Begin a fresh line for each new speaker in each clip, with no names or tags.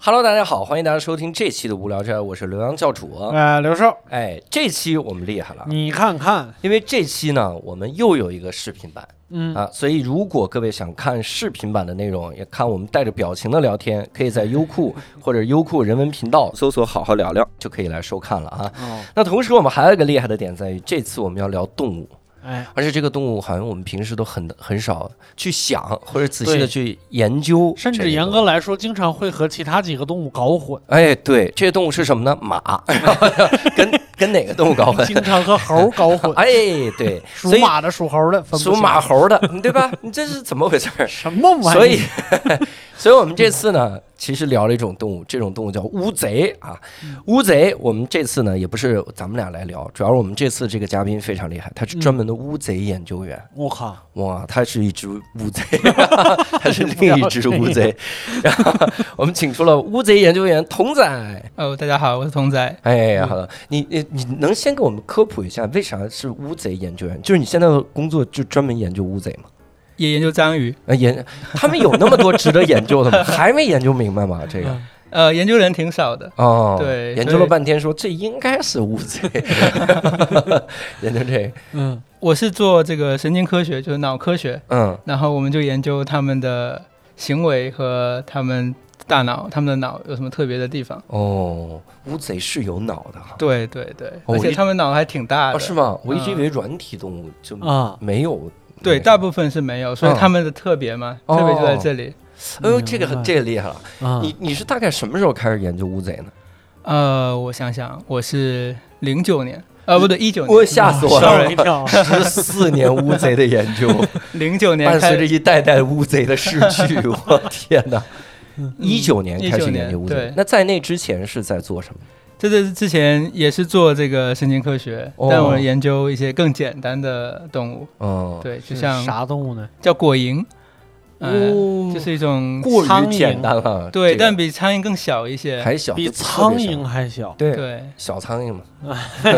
Hello，大家好，欢迎大家收听这期的无聊斋，我是刘洋教主。
呃，刘寿，
哎，这期我们厉害了，
你看看，
因为这期呢，我们又有一个视频版。
嗯
啊，所以如果各位想看视频版的内容，也看我们带着表情的聊天，可以在优 酷或者优酷人文频道搜索“好好聊聊”，就可以来收看了啊。
哦，
那同时，我们还有一个厉害的点在于，这次我们要聊动物，
哎，
而且这个动物好像我们平时都很很少去想或者仔细的去研究，
甚至严格。来说，经常会和其他几个动物 搞混，
哎，对，这些动物是什么呢？马， 跟跟哪个动物搞混？
经常和猴搞混，
哎，对，
属
所以
马的、属猴的分不
属
清
马猴的，对 吧？你这是怎么回事儿？
什么玩意儿？
所以， 所以我们这次呢，其实聊了一种动物，这种动物叫乌贼啊。
嗯
乌贼，我们这次呢也不是咱们俩来聊，主要是我们这次这个嘉宾非常厉害，他
嗯
是专门的乌贼研究员。
我靠，
哇，他是一只乌 贼，他是另一只乌贼。然后我们请出了乌贼研究员童仔。
哦，大家好，我是童仔。
哎呀，好了，你你你能先给我们科普一下，为啥是乌贼研究员？就是你现在的工作就专门研究乌贼吗？
也研究章鱼，
呃，研他们有那么多值得研究的吗？ 还没研究明白吗？这个
呃，研究人挺少的。
哦，
对
研究
所以
了半天说这应该是乌 贼，研究这个，
嗯，
我是做这个神经科学，就是脑科学，
嗯
然后我们就研究他们的行为和他们大脑，他们的脑有什么特别的地方。
哦，乌贼是有脑的哈，
对对对，
哦
而且
一
他们脑还挺大的。
哦是？吗？我一直以
嗯
为软体动物就
啊，
没有
对，
那个
大部分是没有，所以
嗯
他们的特别嘛，
哦
特别就在这里。
哎呦，这个很
明白
这个厉害了！
嗯
啊
你你是大概什么时候开始研究乌贼呢？
呃，我想想，我是零九年，呃，不对，一九
我
年，
吓死我
啊吓
嗯
我一
了！，
跳
十四年乌贼的研究，
零九年
伴随
开
着一代代乌贼的逝去，我天哪！一九年开始
19
研究乌贼
对，
那在那之前是在做什么？
在这之前也是做这个神经科学，
哦
但我研究一些更简单的动物，
嗯，
对，就是像
啥动物呢？哎
叫果蝇，
哦
嗯、这是一种
过
苍
于
蝇
简单了，
对，
这个
但比苍蝇更小一些，
还小，
比
就特别
苍
小
蝇还小，
对。
对，
小苍蝇嘛，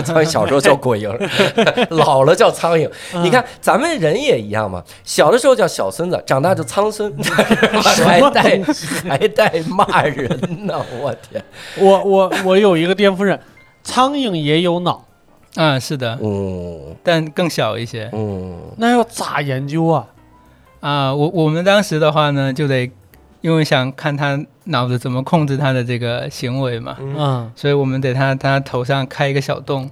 苍蝇小时候叫果蝇， 老了叫苍蝇。你看，咱们人也一样嘛，小的时候叫小孙子，长大就苍孙， 还带还带骂人呢！我天，
我我我有一个颠覆人，苍蝇也有脑，
啊、是的，
嗯
但更小一些
嗯，
那要咋研究啊？
啊、我我们当时的话呢，就得因为想看它脑子怎么控制它的这个行为嘛，
嗯
嗯，
所以我们得它它头上开一个小洞，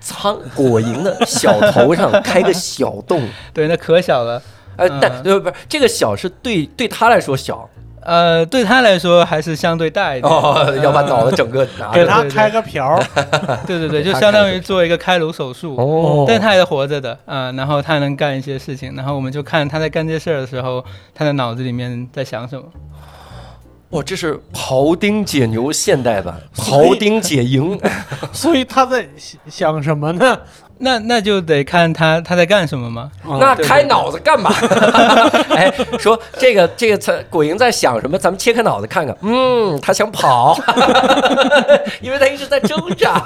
苍 果蝇的小头上 开个小洞，
对，那可小了。
哎，
嗯
但对不是这个小是对对他来说小
呃，对它来说还是相对大一点，
哦，要把
嗯
脑子整个 拿
给
着
它
对对
开个瓢儿，
对对对，
给
就
他
相当
开
于
个
做一个开颅手术，
哦，
但他还是活着的啊、然后他还能干一些事情，然后我们就看他在干这些事儿的时候，他的脑子里面在想什么。
哇，这是庖丁解牛现代 版，庖丁解 蝇。
所以它在想想什么 呢？
那那就得看他他在干什么嘛。
那开脑子 干嘛？哎，说这个这个苍果蝇在想什么？咱们切开脑子看看。嗯，他想跑， 因为他一直在挣扎。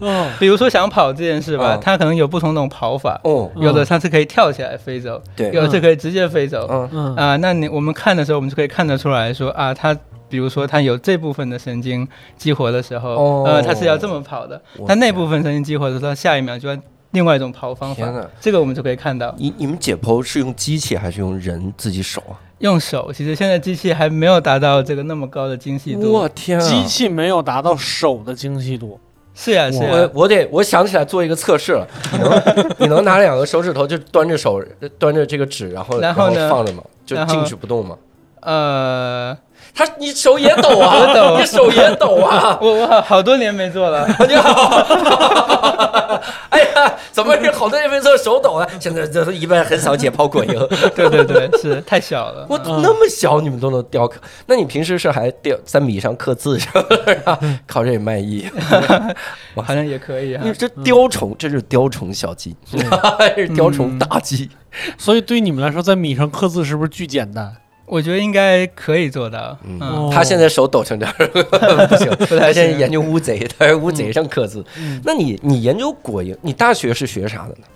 嗯，
比如说想跑这件事吧，
嗯
他可能有不同种跑法，
哦，
有的他是可以跳起来飞走，
对
有的是可以直接飞走。啊、
嗯
嗯
那你我们看的时候，我们就可以看得出来说啊，他。比如说，他有这部分的神经激活的时候，
哦
呃，他是要这么跑的；
我
他那
天
部分神经激活的时候，他下一秒就要另外一种跑方法
天啊哪。
这个我们就可以看到。
你你们解剖是用机器还是用人自己手啊？
用手，其实现在机器还没有达到这个那么高的精细度。
我天
机
啊！
器没有达到手的精细度，
是呀、是啊呀、
我我得我想起来做一个测试了，你能你能拿两个手指头就端着手端着这个纸，然后
然后呢
放着吗？就
然后
静止不动吗？
呃，
他你手也抖啊，
我抖
你手也抖啊，
我我好好多年没 做了。
你好，哎呀，怎么是好多人没做手抖啊？现在这一般很少解剖果蝇，
对对对，是太小了。
我那么小你们都能雕刻，那你平时是还雕在米上刻字是 吧？靠这也卖艺，
嗯好像也可以哈、
你这雕虫，这是雕虫小技，
嗯
这是雕虫大技。
所以对你们来说，在米上刻字是不是巨简单？
我觉得应该可以做到。
嗯
哦
嗯，
他现在手抖成这 样，不行，他现在研究乌贼，他是乌贼上刻字。
嗯
那你你研究果蝇，你大学是学啥的呢？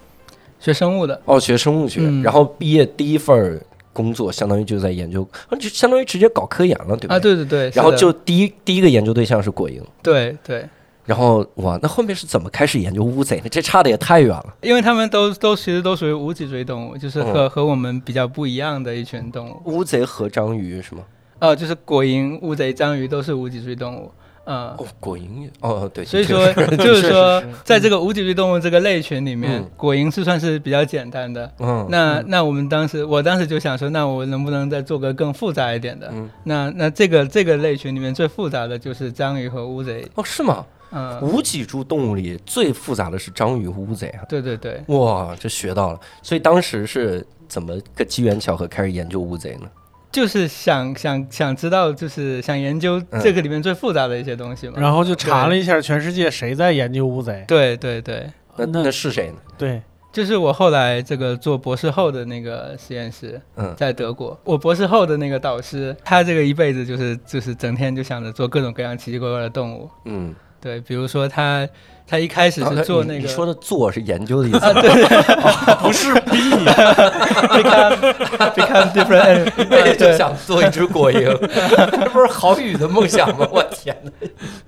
学生物的，
哦，学生物学，
嗯
然后毕业第一份儿工作相当于就在研究，啊就相当于直接搞科研了，对吧？
啊，。对对对，
然后
是的
就第一第一个研究对象是果蝇，
对对，
然后哇，那后面是怎么开始研究乌贼呢？这差的也太远了。
因为他们都都其实都属于无脊椎动物，就是和、
嗯
和我们比较不一样的一群动物。
乌贼和章鱼是吗？
哦、就是果蝇、乌贼、章鱼都是无脊椎动物。嗯、
哦，果蝇也哦，对，
所以
这
说
个
就是说，在这个无脊椎动物这个类群里面，
嗯
果蝇是算是比较简单的。
嗯，
那那我们当时，我当时就想说，那我能不能再做个更复杂一点的？
嗯
那那这个这个类群里面最复杂的就是章鱼和乌贼，
哦是吗？
嗯、
无脊柱动物里最复杂的是章鱼和乌贼啊。
对对对，
哇，这学到了！所以当时是怎么个机缘巧合开始研究乌贼呢？
就是想想想知道，就是想研究
嗯
这个里面最复杂的一些东西嘛。
然后就查了一下全世界谁在研究乌贼，
对对对，
那
那
那是谁呢？
对，
就是我后来这个做博士后的那个实验室，
嗯
在德国，我博士后的那个导师，他这个一辈子就是就是整天就想着做各种各样奇奇怪怪的动物，
嗯，
对，比如说他他一开始
刚才
是做
啊你
那
你
个，啊
说的做是研究的意思，
不是 B，
become become different，
我也就
对
想做一只果蝇， 这不是郝宇的梦想吗？我天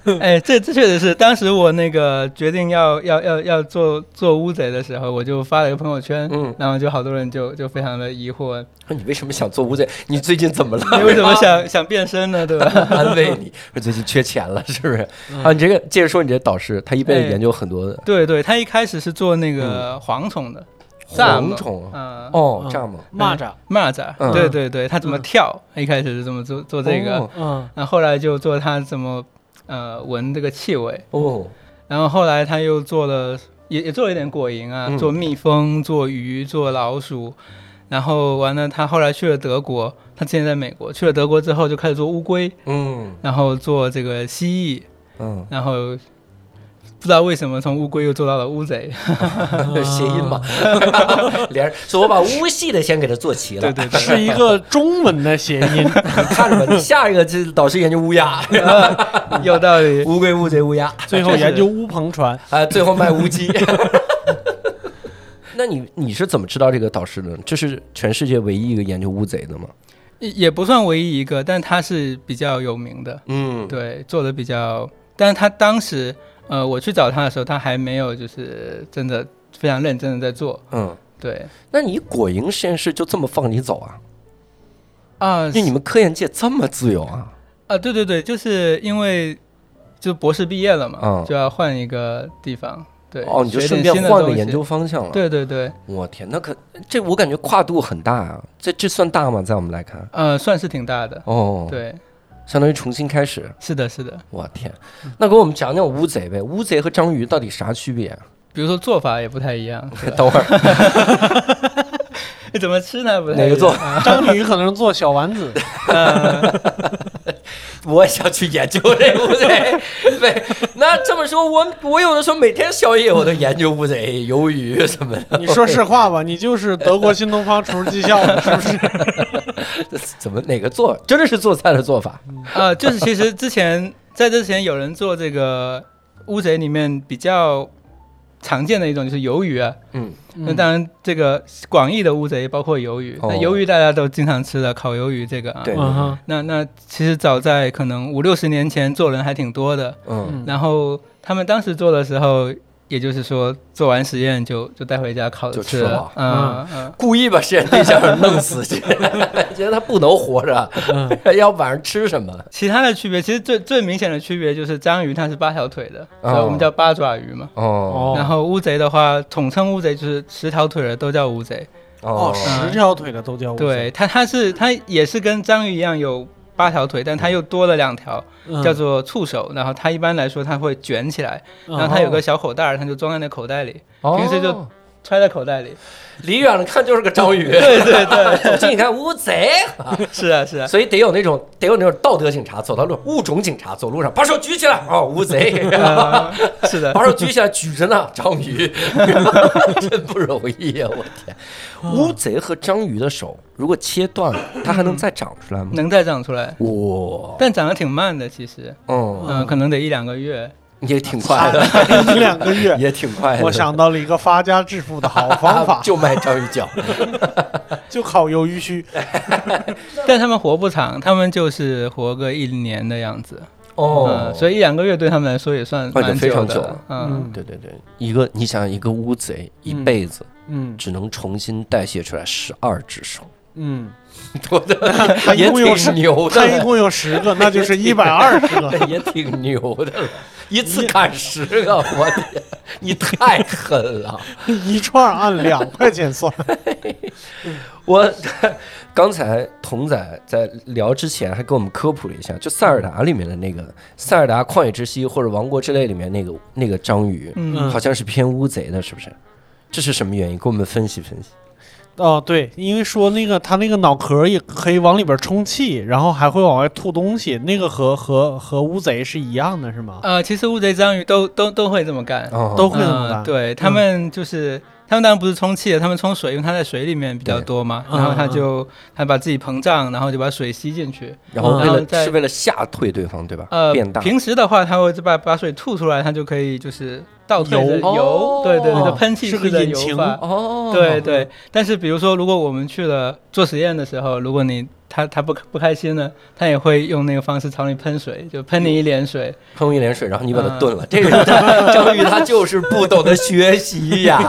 哪！
哎，这这确实是，当时我那个决定要要要要做做乌贼的时候，我就发了一个朋友圈，
嗯
然后就好多人就就非常的疑惑，
说你为什么想做乌贼？你最近怎么了？
你为什么想想变身呢？对吧？
安慰你？说最近缺钱了，是不是？啊，你这个接着说，你这导师他一辈子
嗯哎
研究很多
对对，他一开始是做那个蝗虫的，蚱
蝗
蜢
虫，
嗯，
哦，
嗯
蚱蜢，
蚂蚱，
蚂蚱
嗯，
对对对，他怎么跳？一开始是这么做做这个，
哦
嗯
然后后来就做他怎么呃闻这个气味，
哦，
然后后来他又做了，也也做了一点果蝇啊
嗯，
做蜜蜂、做鱼、做老鼠，然后完了，他后来去了德国，他之前在美国，去了德国之后就开始做乌龟，
嗯
然后做这个蜥蜴，
嗯，
然后不知道为什么从乌龟又做到了 乌贼，
谐音嘛， 连着，所以我把乌系的先给他做齐了
哦对。对对，
是一个中文的谐音，
你 看着吧，你下一个这导师研究乌 鸦，
有道理。
乌龟、乌贼、乌鸦，
最后研究乌篷船，
啊，最后卖乌 鸡。那你你是怎么知道这个导师的？这是全世界唯一一个研究乌贼的吗？
也也不算唯一一个，但他是比较有名的，
嗯，
对，做的比较，但是他当时呃我去找他的时候，他还没有就是真的非常认真的在做，
嗯，
对。
那你果蝇实验室就这么放你走啊？
啊，
就你们科研界这么自由啊？
啊，对对对，就是因为就博士毕业了嘛，
嗯
就要换一个地方，对，
哦，你就
学
顺
点
便
新的
换个
东
研
西
究，方向了。，
对对对，
我天，那可这我感觉跨度很大啊，这这算大吗？在我们来看，
呃，算是挺大的，
哦，，
对，
相当于重新开始。
是的，是的，
我天，那给我们讲讲乌贼呗，乌贼和章鱼到底啥区别 啊？
比如说做法也不太一样，对吧
等会儿。
怎么吃呢？不太
嗯哪个
一
做
样啊
章鱼可能做小丸子，
我也想去研究这乌 贼。对，那这么说，我我有的时候每天宵夜我都研究乌贼、鱿鱼什么的。
你说实话吧，你就是德国新东方厨师技校的，是不是？
怎么哪个做真的是做菜的做法？
啊，就是其实之前在这之前有人做这个乌贼里面比较常见的一种就是鱿鱼啊，
嗯，
那当然这个广义的乌贼包括鱿鱼，
哦
那鱿鱼大家都经常吃的烤鱿鱼这个啊，
对，
嗯哼，
那那其实早在可能五六十年前做人还挺多的，
嗯
嗯
然后他们当时做的时候，也就是说做完实验就就带回家烤着
就
吃
吃了
嗯嗯，
故意把实验对象弄死 去，觉得他不能活着，
嗯
要晚上吃什么？
其他的区别其实最最明显的区别就是章鱼它是八条腿的，所以我们叫八爪鱼嘛。
哦
哦
然后乌贼的话，统称乌贼就是十条腿的都叫乌贼。
哦，
是
十条腿的都哦叫乌贼，
对，它它是它也是跟章鱼一样有八条腿，但它又多了两条，
嗯
叫做触手。然后
嗯
它一般来说它会卷起来，然后它有个小口袋儿，它就装在那口袋里。
哦
平时就揣在 口袋里。
离远了看就是个章鱼，
对对对，
走近一看乌贼，
是啊是啊，
所以得有那种得有那种道德警察走到路，物种警察走路上把手举起来，哦，乌贼，
啊是的，
把手举起来，举着呢，章鱼， 真不容易呀、我天，乌贼和章鱼的手如果切断了，它还能再长出来吗？
能再长出来，
哇，
但长得挺慢的，其实，
嗯，
嗯，可能得一两个月。
也挺快的，
一两个月，
也挺快的。，
我想到了一个发家致富的好 方法
就卖章鱼脚，
就烤鱿鱼须。
但他们活不长，他们就是活个一年的样子。
哦
嗯，，所以一两个月对他们来说也算
那就
蛮
非常久
的
了。
嗯，
对对对，一个你想一个乌贼一辈子
嗯
只能重新代谢出来十二只手，
嗯，
我的
它一
也
共有十
挺，牛
它一
的，
共有十 个，那就是一百二十 个。
也挺牛的了，一次砍十个，我天，你太狠了！
一串儿按 两块钱算，
我刚才童仔在聊之前还给我们科普了一下，就塞尔达里面的那个塞尔达旷野之息或者王国之泪里面那个那个章鱼，
嗯
好像是偏乌贼的，是不是？这是什么原因？给我们分析分析。
哦，对，因为说那个他那个脑壳也可以往里边充气，然后还会往外吐东西，那个和和和乌贼是一样的，是吗？
呃，其实乌贼、章鱼都都都会这么干。
哦，
都会那么
嗯
干。
对他们就是，他们当然不是充气的，他们充水，因为它在水里面比较
对
多嘛。
嗯
然后它
嗯
就它把自己膨胀，然后就把水吸进去。
然后为
然后
了、
再
是为了吓退对方，对吧？
嗯呃
变，大。
平时的话，它会把把水吐出来，它就可以就是倒退着
游
哦
游，对对对，就喷气
是
式
个
的
引
游
擎
法。
哦
对对，但是比如说，如果我们去了做实验的时候，如果你他他不不开心呢，他也会用那个方式朝你喷水，就喷你一脸水。
喷一脸水，然后你
嗯
把它炖了。这 个章鱼他就是不懂得学习呀，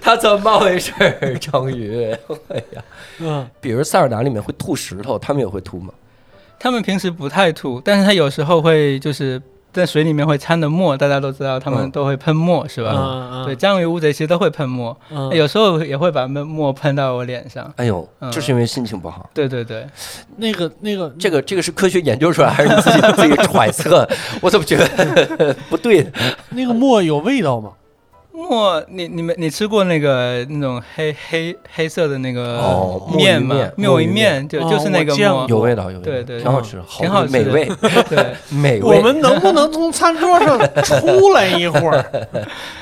他怎么回事儿？章鱼，哎呀，
嗯，
比如塞尔达里面会吐石头，他们也会吐吗？
他们平时不太吐，但是他有时候会就是在水里面会掺的墨，大家都知道他们
嗯
都会喷墨，是吧？
嗯
对，，哎章鱼、乌贼其实都会喷墨，
嗯
有时候也会把墨墨喷到我脸上。
哎呦，
嗯
就是因为心情不好。
对对对，
嗯那个那个
这个这个是科学研究出来，还是你自 己自己揣测？我怎么觉得不对呢？
那个墨有味道吗？
墨，你你们你吃过那个那种黑黑黑色的那个
哦墨鱼
面吗
面？墨
墨
鱼
鱼面就
哦
就是那
我
个
见
墨，
有味道，有味道，
嗯对对
挺好吃，
挺好吃
美
的
味，
对。
美味。
我们能不能从餐桌上出来一会儿？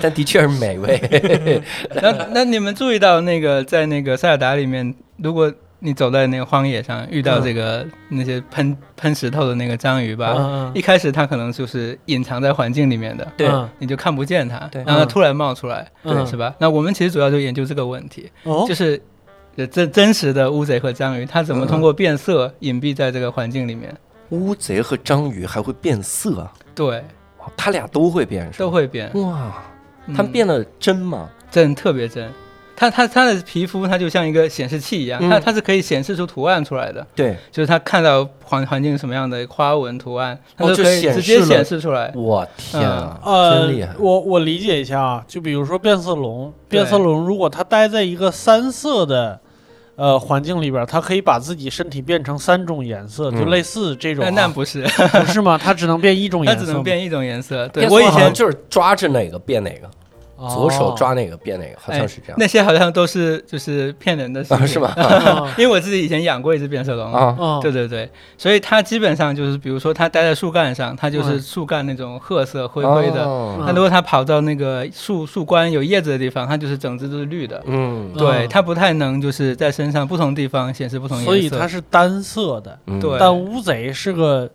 但的确是美味。
那那你们注意到那个在那个塞尔达里面，如果你走在那个荒野上，遇到这个、那些喷喷石头的那个章鱼吧，
嗯嗯
一开始它可能就是隐藏在环境里面的，
对
嗯
你就看不见它，
对
然后它突然冒出来，
嗯
是吧？那我们其实主要就研究这个问题，
哦
就是。呃真真实的乌贼和章鱼，它怎么通过变色隐蔽在这个环境里面？
乌贼和章鱼还会变色啊，
对，
哇它俩都会变，是吧
都会嗯变，
哇，它们变得真吗？
真特别真。它它它的皮肤，它就像一个显示器一样，
嗯
它它是可以显示出图案出来的。
对，
就是他看到环环境什么样的花纹图案，他
哦
就
就
可以
显
直接
示了
显示出来。
我天啊，
呃
真厉害，！
我我理解一下啊，就比如说变色龙，
对
变色龙如果它待在一个三色的呃环境里边儿，它可以把自己身体变成三种颜色，
嗯
就类似这种啊、
但那不是，
不是吗？它只能变一种
它
颜色
只
吗，
能变一种颜色。对
变
我
色
以
好像
前
就是抓着哪个变哪个，
哦
左手。抓哪个变哪个，好像是这样，
哎 那些好像都是就是骗人的 事
啊
情，
是？吧？
啊
因为我自己以前养过一只变色龙，
啊，
啊！
对对对，所以它基本上就是，比如说它待在树干上，它就是
嗯
树干那种褐色灰灰的。
哦
那如果它跑到那个树树冠有叶子的地方，它就是整只都是绿的。
嗯，
对，
嗯
它不太能就是在身上不同地方显示不同颜色。
所以它是单色的，
嗯
对
但乌贼是个，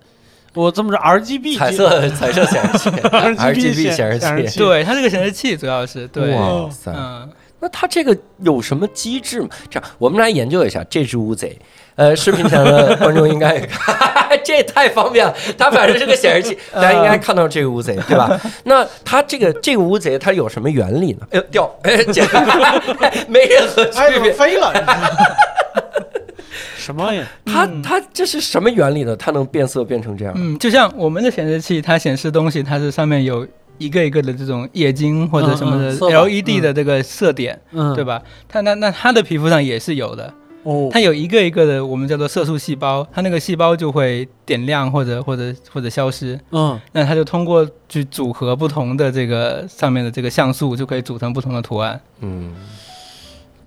我这么着 RGB
彩色彩色显示器
RGB
显示
显示
器。
器
对，它这个显示器主要是对，
哇塞！
嗯，
那它这个有什么机制吗？这样，我们来研究一下这只乌贼。呃，视频前 的观众应该也看，这太方便了。它反正是个显 示器，大家应该看到这个乌贼，对 吧？那它这个这个乌贼它有什么原理呢？哎呦，掉，哎， 简单，没任何区
哎，怎么
别。
飞了？什么呀？
它它这是什么原理呢？它能变色变成这样？
嗯，就像我们的显示器，它显示东西，它是上面有一个一个的这种液晶或者什么
嗯嗯
的
色宝
LED 的这个色点，
嗯，
对吧？它那那它的皮肤上也是有的，
哦，
它有一个一个的，我们叫做色素细胞，它那个细胞就会点亮或者或者或者消失。
嗯
那它就通过去组合不同的这个上面的这个像素，就可以组成不同的图案。
嗯，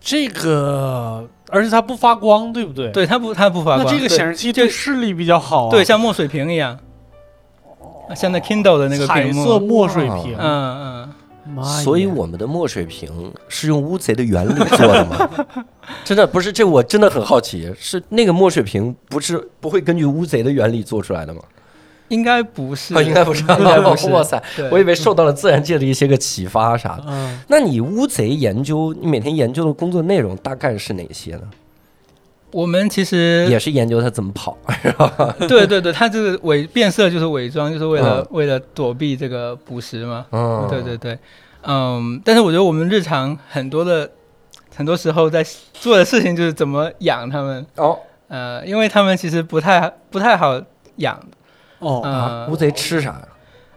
这个，而且它不发光，对不对？，
对，它不它不发
那
光。
这个
对
显示器
这
对视力比较好啊。
对，像墨水屏一样，像那 Kindle 的那个
彩
屏
色
幕。啊
墨水屏，
嗯嗯，
妈呀
所以我们的墨水屏是用乌贼的原理做的吗？ 真的不是，这我真的很好奇，是那个墨水屏不是不会根据乌贼的原理做出来的吗？
应该不是
啊，，
哦
应该不 是，
应该不是。
哇塞，
对，
我以为受到了自然界的一些个启发啥的。
嗯，
那你乌贼研究，你每天研究的工作内容大概是哪些呢？
我们其实
也是研究它怎么跑。
对对对，它这个伪变色就是伪装，就是为
嗯
了、为了躲避这个捕食嘛。
嗯，
对对对，嗯，但是我觉得我们日常很多的很多时候在做的事情就是怎么养它们，
哦，
呃，因为它们其实不太不太好养，
哦，
啊
呃
乌，贼吃啥呀？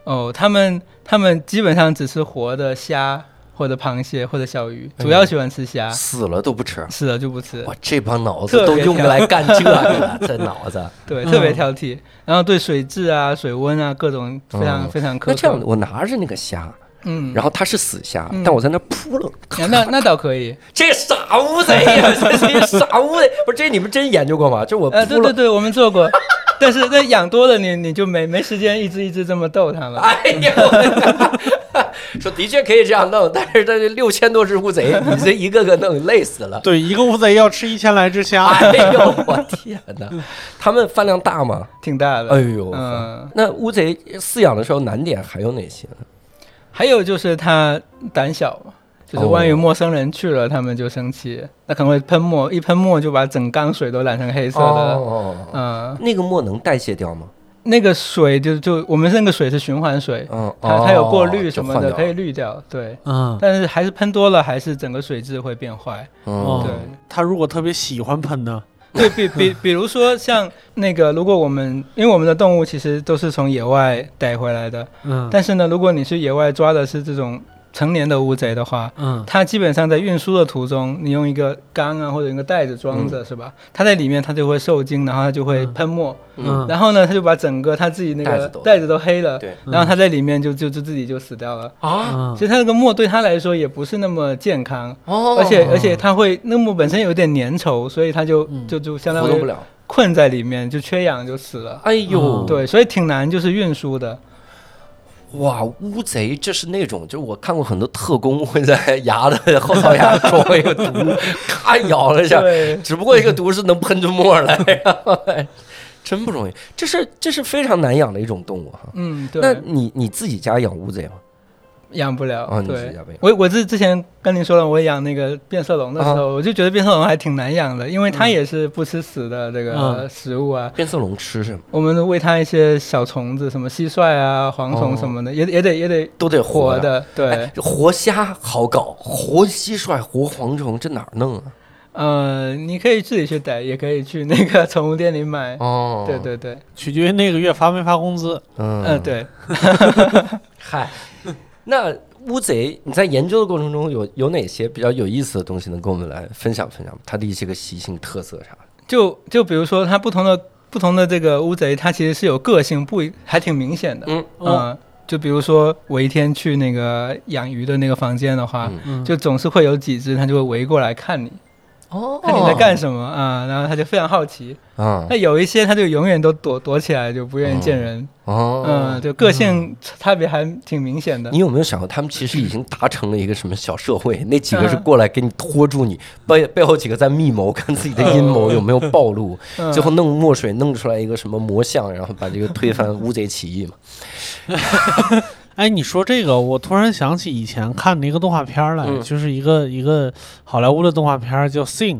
哦，它们它们基本上只吃活的虾或者螃蟹或者小鱼，
哎
主要喜欢吃虾，
死了都不吃。
死了就不吃，
哇，这帮脑子
特
都
别
用
挑
来干这个了，这脑 子。
对，特别
嗯
挑剔，然后对水质啊、水温啊各种非常、
嗯
非常苛刻。
那这样，我拿着那个虾，
嗯，
然后它是死虾，
嗯
但我在那扑棱，
啊那那倒可以，
这傻乌贼 呀，这傻乌贼，不是这你们真研究过吗？就我
呃，对
扑
对
棱，
对，我们做过， 但是那养多了你你就没没时间一只一只这么逗它了。
哎呦， 我说的确可以这样弄，但是这六千多只乌贼， 你这一个个弄累死了。
对，一个乌贼要吃一千来只
啊
虾，
哎呦，我天 哪！他们饭量大吗？
挺大的。
哎呦，
嗯，
那乌贼饲养的时候难点还有哪些呢？
还有就是它胆小嘛，就是
哦
万一陌生人去了，它们就生气，那可能会喷墨，一喷墨就把整缸水都染成黑色的。
哦，
嗯，
那个墨能代谢掉吗？
那个水就就我们那个水是循环水，
嗯，
它
哦
它有过滤什么
就换
的，
掉了
可以滤掉。对，
嗯，
但是还是喷多了，还是整个水质会变坏。
嗯
哦
对。
他如果特别喜欢喷呢，
对比比， 比如说像那个，如果我们因为我们的动物其实都是从野外带回来的，
嗯
但是呢，如果你去野外抓的是这种成年的乌贼的话，
嗯，
它基本上在运输的途中，你用一个缸啊或者一个袋子装
嗯
着，是吧？它在里面它就会受惊，然后它就会
嗯
喷墨，
嗯
然后呢，它就把整个它自己那
袋子
个
都
袋子都黑了，
对
然后它在里面就就就自己就死掉了。
啊
嗯
其实它那个墨对它来说也不是那么健康，
哦
而且而且它会那墨本身有点粘稠，所以它就就就相
嗯活
当
动
于
不了。
困在里面，就缺氧就死了。
哎呦，
嗯，
对，所以挺难，就是运输的。
哇，乌贼这是那种，就是我看过很多特工会在牙的 后槽牙装一个毒，咔咬了一下，
对，
只不过一个毒是能喷出沫来，然后哎 真不容易。这是这是非常难养的一种动物哈。
嗯，
那
对，
你你自己家养乌贼吗？
养不了。
哦，你自己
对，
家没有。
我我之之前跟您说了，我养那个变色龙的时候，我就觉得变色龙还挺难养的，因为它也是不吃死的这个
嗯
食物啊。
变色龙吃什么？
我们喂它一些小虫子，什么蟋蟀啊、蝗虫什么的，也也得也得
都得
活
的。
的。对
哎，，活虾好搞，活蟋蟀、活蝗虫，这哪儿弄啊？
呃，你可以自己去逮，也可以去那个 宠物店里买。
哦
对，对对，
取决于那个月发没发工资。
嗯
嗯，对。
嗨，那乌贼，你在研究的过程中有有哪些比较有意思的东西能跟我们来分享分享？它的一些个习性特色啥的？
就就比如说，它不同的不同的这个乌贼，它其实是有个性不一还挺明显的。
嗯
哦
呃就比如说我一天去那个养鱼的那个房间的话，
嗯
嗯，
就总是会有几只它就会围过来看你，
哦
看你在干什么啊、然后它就非常好奇。
啊
那有一些它就永远都躲躲起来，就不愿意见人。嗯、
哦，
就个性差别还挺明显的
你。有没有想过，他们其实已经达成了一个什么小社会？那几
嗯
个是过来给你拖住你，背背后几个在密谋，看自己的阴谋有没有暴露，
嗯
最后弄墨水弄出来一个什么魔像，然后把这个推翻乌贼起义嘛？
哎，你说这个，我突然想起以前看的一个动画片儿来，
嗯
就是一个一个好莱坞的动画片儿叫《Sing》，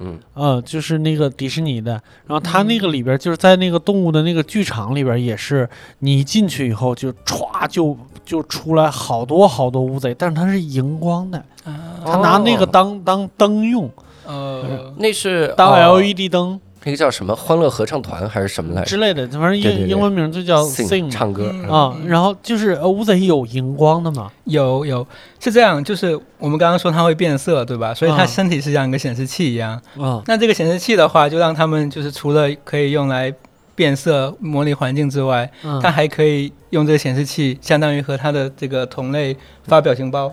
嗯，
呃，就是那个迪士尼的。然后它那个里边儿就是在那个动物的那个剧场里边儿，也是你一进去以后就歘就就出来好多好多乌贼，但是它是荧光的，
啊
它拿那个
哦
当当灯用，
呃，
那是
当
哦
LED 灯。
那个叫什么欢乐合唱团还是什么来着
之类的，反正
对对对
英英文名就叫
Sing
Sing 嘛
唱歌
嗯
啊。然后就是呃乌贼有荧光的嘛，
有有是这样，就是我们刚刚说它会变色，对吧？所以它
嗯
身体是像一个显示器一样。
嗯
啊，
那这个显示器的话，就让他们就是除了可以用来变色、模拟环境之外，
嗯
它还可以用这个显示器，相当于和它的这个同类发表情包，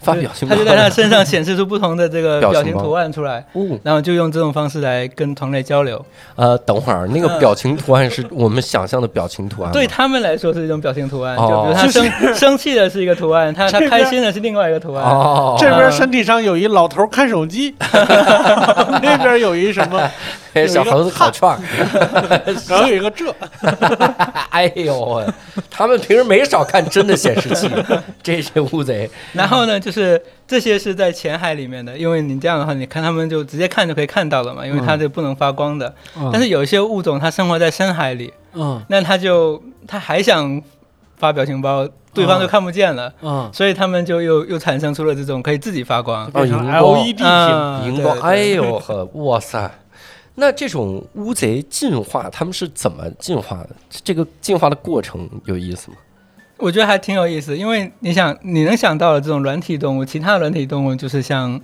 发表情
它
包
就 在它身上显示出不同的这个
表情
表情
包
图案出来，
哦，
然后就用这种方式来跟同类交流。
呃，等会儿那个表情图案是我们想象的表情图案吗，啊
嗯对他们来说是一种表情图案，
嗯哦
就比如他
就是
生、 生气的是一个图案，他他
这边
开心的是另外一个图案。
哦，
这边身体上有一老头看手机， 那边有一什么，
这哎小猴子烤串儿，
然后有一个这，
哎呦喂，他们平时没少看真的显示器， 这些乌贼
然后呢，就是这些是在浅海里面的，因为你这样的话，你看他们就直接看就可以看到了嘛，
嗯
因为它这不能发光的。但
嗯
是有一些物种它生活在深海里，
嗯
那它就它还想发表情包，对方就看不见了，
嗯，
所以他们就又又产生出了这种可以自己发光。
哦，
变
荧
成
光
LED 屏，
啊，
荧光，
对
哎，呦呵，哇塞！那这种乌贼进化，他们是怎么进化的？这个进化的过程有意思吗？
我觉得还挺有意思，因为你想，你能想到的这种软体动物，其他软体动物就是像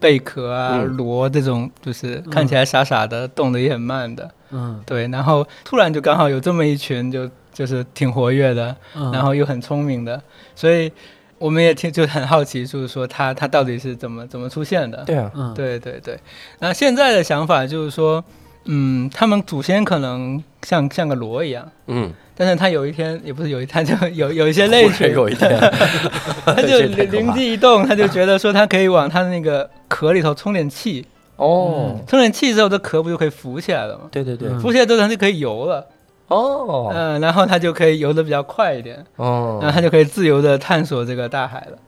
贝壳啊、
嗯
螺这种，就是看起来傻傻的，动得也很慢的。
嗯
对，然后突然就刚好有这么一群就，就是挺活跃的，
嗯，
然后又很聪明的，所以我们也挺就很好奇，就是说它它到底是怎么怎么出现的？
对啊，
嗯
对对对。那现在的想法就是说，嗯，他们祖先可能像像个螺一样。
嗯，
但是它有一天，也不是有一，它就有有一些类
忽然
群，
有一天，
他就
这太
灵
可
灵
怕
机一动，他就觉得说他可以往他的那个壳里头充点气，
哦，
充点气之后，这壳不就可以浮起来了吗？
对对对，
嗯
浮起来之后，它就可以游了，
哦
嗯，然后它就可以游得比较快一点，然后
哦，
它就可以自由地探索这个大海了。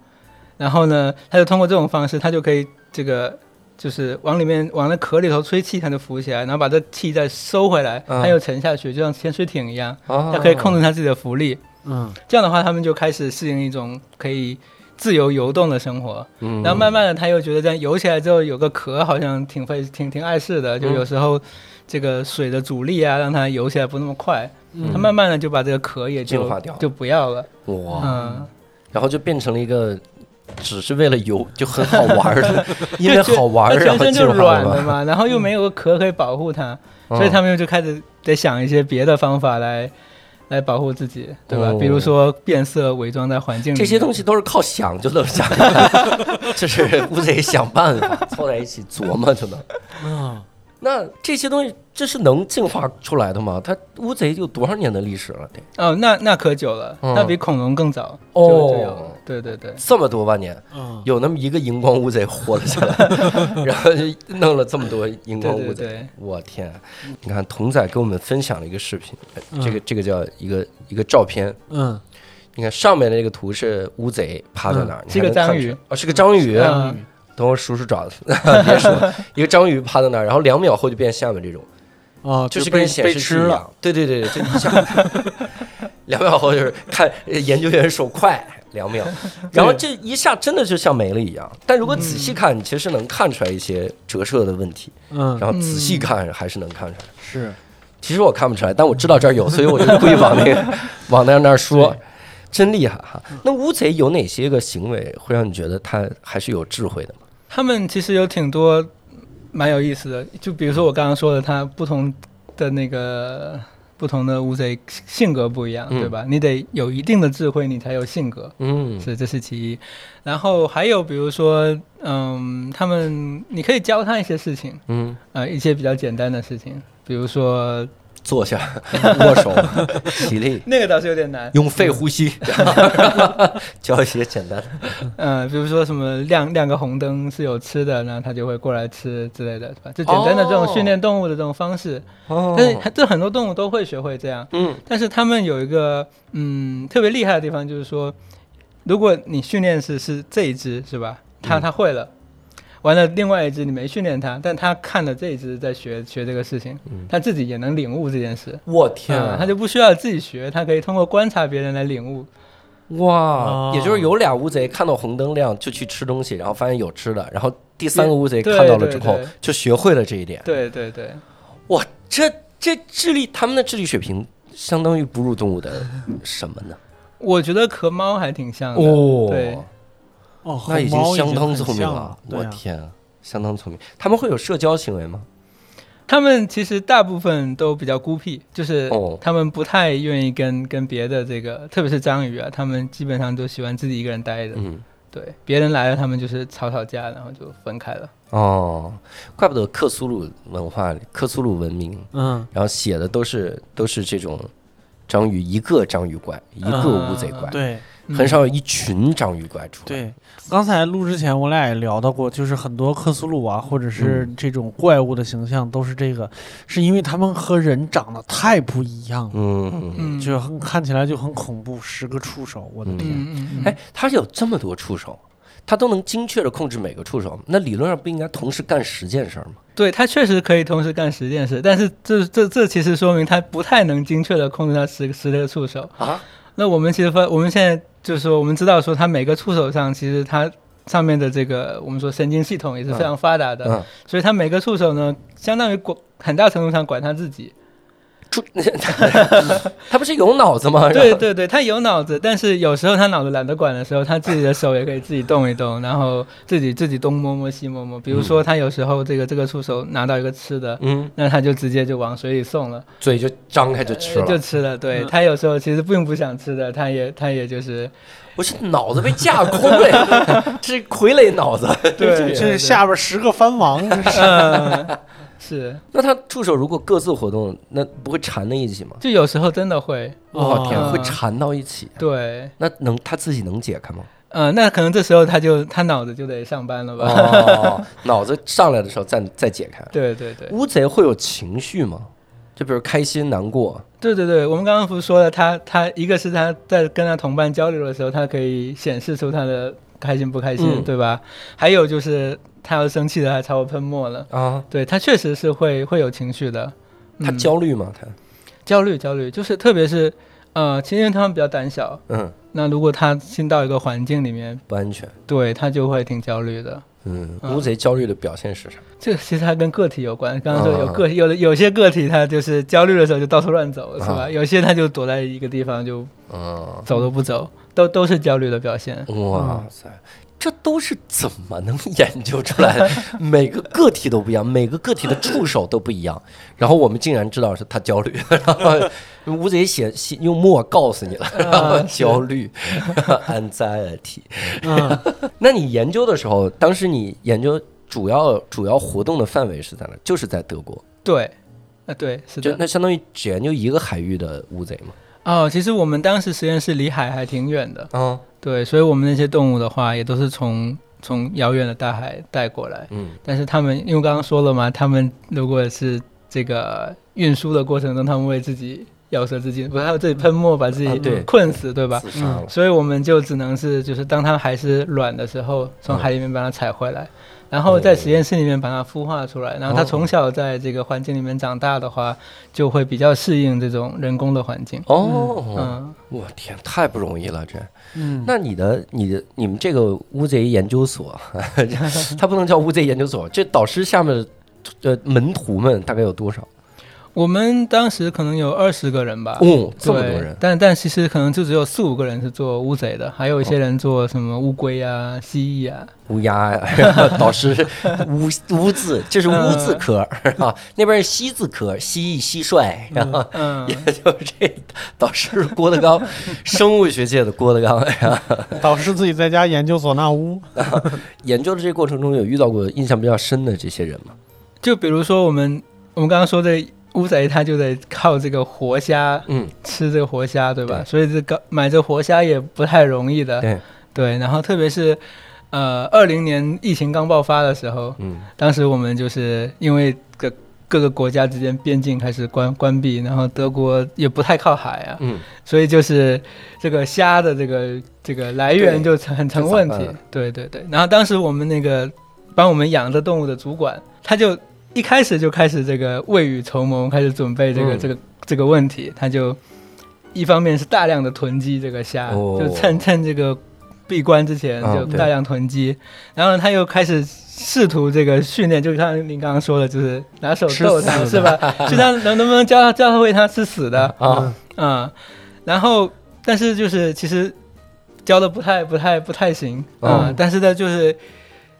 然后呢，它就通过这种方式，它就可以这个就是往里面往那壳里头吹气，它就浮起来，然后把这气再收回来，
嗯
它又沉下去，就像潜水艇一样，
它
它可以控制它自己的浮力。
嗯
这样的话，他们就开始适应一种可以自由游动的生活。
嗯，
然后慢慢的，他又觉得这样游起来之后有个壳，好像挺费、挺挺碍事的。
嗯
就有时候这个水的阻力啊，让它游起来不那么快。
嗯
他慢慢的就把这个壳也就
进化掉哦
就不要了。
哇，
嗯，
然后就变成了一个。只是为了游就很好玩儿 的，因为
就
好玩儿
它
然后
全身
进
就
化
软
了
的
嘛，
嘛，然后又没有个壳可以保护它，
嗯
所以他们就开始得想一些别的方法来。来保护自己，对吧？
哦
比如说变色、伪装在环境里，
这些东西都是靠想就能想，就是乌贼想办法凑在一起琢磨就 能。
嗯，
那这些东西这是能进化出来的吗？它乌贼有多少年的历史了？得
哦，那那可久了，
嗯
那比恐龙更早
哦
就就有了对对对，
这么多万年，
嗯
有那么一个荧光乌贼活了下 来，然后就弄了这么多荧光乌
对对
贼
对。
我天！啊你看童仔给我们分享了一个视频，呃这个这个叫一个一个照片。
嗯
你看上面的那个图是乌贼趴在那儿，你
是个
还能看
章鱼
出，哦，是个章鱼。
嗯
等会儿数数爪子， 别数了，一个章鱼趴在那儿，然后两秒后就变下面这种，
哦，
就是
被
跟显
被
示器
吃
一
了，
样。对对对，对就一下。 两秒后就是看呃研究员手快两秒，然后这一下真的就像没了一样。但如果仔细看，你其实能看出来一些折射的问题，
嗯
然后仔细看还是能看出来。
是
其实我看不出来，但我知道这儿 有，所以我就故意往那 个往那儿那儿说，真厉害哈。那乌贼有哪些个行为会让你觉得它还是有智慧的吗？
他们其实有挺多蛮有意思的，就比如说我刚刚说的，它不同的那个不同的乌贼性格不一样，
嗯
对吧？你得有一定的智慧，你才有性格，
嗯，
是这是其一。然后还有比如说，嗯，他们你可以教他一些事情，
嗯，
呃，一些比较简单的事情，比如说
坐 下，握手，起立，
那个倒是有点难，
用肺呼吸， 教一些简单的。
嗯，比如说什么亮亮个红灯是有吃的，然后它就会过来吃之类的，是吧？就简单的这种
哦
训练动物的这种方式，
哦
但是它这很多动物都会学会这样。
嗯
但是它们有一个嗯特别厉害的地方，就是说，如果你训练是是这一只是吧？它
嗯
它会了，完了另外一只你没训练它，但它看了这一只在学学这个事情
嗯，
它自己也能领悟这件事。
我天
嗯
啊，
它就不需要自己学，它可以通过观察别人来领悟。
哇！
哦
也就是有俩乌贼看到红灯亮就去吃东西，然后发现有吃的，然后第三个乌贼
对
看到了之
对
后
对
就学会了这一点。
对对对，
哇，这这智力，他们的智力水平相当于哺乳动物的什 么呢？
我觉得和猫还挺像的。
哦
对，
哦，
那已经
和猫
相当
很
聪明
像
了
了。，
我
对啊
天啊，相当聪明。他们会有社交行为吗？
他们其实大部分都比较孤僻，就是
哦
他们不太愿意跟跟别的这个，特别是章鱼啊，他们基本上都喜欢自己一个人待着。
嗯，
对，别人来了，他们就是吵吵架，然后就分开了。
哦，怪不得克苏鲁文化里、克苏鲁文明，
嗯，
然后写的都是都是这种章鱼，一个章鱼怪，一个乌贼怪，
对
嗯
很少有一群章鱼怪出来。
对。刚才录之前，我俩也聊到过，就是很多克苏鲁啊，或者
嗯
是这种怪物的形象，都是这个，是因为他们和人长得太不一样了，
嗯，嗯，
嗯，
就很看起来就很恐怖，十个触手，我的
嗯
天！
嗯嗯嗯，
哎，他有这么多触手，他都能精确的控制每个触手，那理论上不应该同时干十件事儿吗？
对他确实可以同时干十件事，但是这这这其实说明他不太能精确的控制他十十个触手
啊。
那我们其实发，我们现在就是说，我们知道说他每个触手上，其实它上面的这个我们说神经系统也是非常发达的，
嗯，
所以他每个触手呢，相当于管很大程度上管他自
嗯
己。
触， 他不是有脑子吗？
对对对，他有脑子，但是有时候他脑子懒得管的时候，他自己的手也可以自己动一动，然后自己自己东摸摸西摸摸。比如说，他有时候这个这个触手拿到一个吃的，
嗯，
那他就直接就往水里送了，
嘴就张开就吃
呃就
了，嗯
吃了。对他有时候其实并不想吃的，他也他也 就是
不是脑子被架空 了呀，这是傀儡脑子。
对，
这是下边十个藩王，这是
嗯，是
那他触手如果各自活动，那不会缠在一起吗？
就有时候真的会
我天，
哦
会缠到一起。
对。
那能他自己能解开吗？
呃，那可能这时候他就他脑子就得上班了吧？
哦，脑子上来的时候再再解开。
对对对，
乌贼会有情绪吗？就比如开心、难过。
对对对，我们刚刚不是说了，他他一个是他在跟他同伴交流的时候，他可以显示出他的开心不开心，
嗯
对吧？还有就是他要生气了，还朝我喷墨了，
啊，
对他确实是会会有情绪的，嗯
他焦虑吗？他
焦虑焦虑，就是特别是呃，其实因为他们比较胆小，
嗯，
那如果他进到一个环境里面，
不安全。
对他就会挺焦虑的。
嗯，
嗯
乌贼焦虑的表现是啥？
这个其实它跟个体有关，刚刚说有
啊
个、有的有些个体他就是焦虑的时候就到处乱走，是吧？
啊
有些他就躲在一个地方就
嗯，
走都不走，都都是焦虑的表现。
哇塞，这都是怎么能研究出来的？ 每个个体都不一样，每个个体的触手都不一样。然后我们竟然知道是他焦虑，然后吴贼写写用墨告诉你了，
啊
然后焦虑，anxiety。
嗯，
那你研究的时候，当时你研究主要主要活动的范围是在哪？就是在德国，
对，啊对，是
就
的。
那相当于只研究一个海域的乌贼嘛。
哦，其实我们当时实验室离海还挺远的，
啊，
对，所以我们那些动物的话，也都是从从遥远的大海带过来。
嗯，
但是他们，因为刚刚说了嘛，他们如果是这个运输的过程中，他们会自己咬舌自尽，不是还有自己喷墨把自
啊对
己困死，对吧？
自杀了。
所以我们就只能是，就是当它还是卵的时候，从海里面把它采回
嗯
来，然后在实验室里面把它孵化出
哦
来。然后它从小在这个环境里面长大的话，就会比较适应这种人工的环境。
哦，
嗯，
我天，太不容易了，这。
嗯，
那你的、你的、你们这个乌贼研究 所， 它不能叫乌贼研究所，这导师下面的呃门徒们大概有多少？
我们当时可能有二十个人吧。
哦，这么
啊对
多人，
但但其实可能就只有四五个人是做乌贼的，还有一些人做什么乌龟啊、蜥蜴啊。
乌鸦呀， 导师乌乌字，这是
嗯
乌字科啊，那边是西字科，蜥蜴、蟋蟀，然后
嗯
啊也，就是这导师是郭德 纲，生物学界的郭德纲，然后
导师自己在家研究唢呐屋，
研究的这个过程中有遇到过印象比较深的这些人吗？
就比如说我们我们刚刚说的乌贼，它就得靠这个活虾
嗯，
吃这个活虾，对吧？
对
所以这个买这活虾也不太容易的。
对，
对然后特别是，呃，二零年疫情刚爆发的时候，
嗯，
当时我们就是因为各各个国家之间边境开始关关闭，然后德国也不太靠海啊，
嗯，
所以就是这个虾的这个这个来源就成很成问
就
题
咋办啊。
对对对，然后当时我们那个帮我们养这动物的主管，他就一开始就开始这个未雨绸缪，开始准备这个、
嗯
这个这个问题，他就一方面是大量的囤积这个虾，
哦
就趁趁这个。闭关之前
啊
就
对
大量囤积，然后呢，他又开始试图这个训练，就像您刚刚说的，就是拿手
吃
逗
死
它，
的
是吧？就他能能不能教他教他喂它吃死的
啊，
啊、然后但是就是其实教的不太不太不太行啊、
嗯
但是呢，就是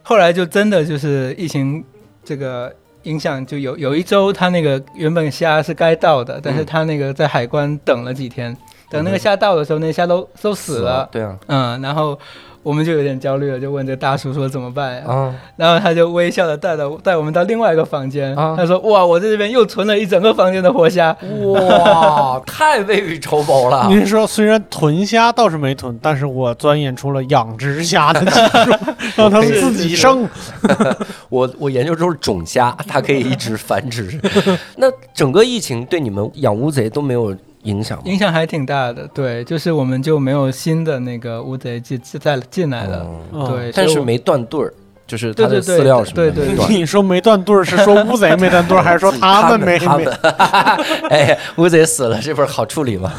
后来就真的就是疫情这个影响，就有有一周他那个原本虾是该到的，但是他那个在海关等了几天，等那个虾到的时候，那虾都都死了，
对啊，
嗯，然后。我们就有点焦虑了，就问这大叔说怎么办呀？
啊，
然后他就微笑的带着带我们到另外一个房间，
啊
他说：“哇，我在这边又存了一整个房间的活虾，
哇，太未雨绸缪了。
您说虽然囤虾倒是没囤，但是我钻研出了养殖虾的技 术，让他们自己生。
我我研究出了种虾，它可以一直繁殖。那整个疫情对你们养乌贼都没有影响吗？
影响还挺大的，对，就是我们就没有新的那个乌贼进进再进来了，
嗯，
嗯
对，
但
所以
是
我
没断对儿，就是它
对
的
对
饲料什么的
对对
没
对
断。
你说没断对儿，是说乌贼没断对儿，还是说他们没
他
没
们？，哎，乌贼死了，这不是好处理吗？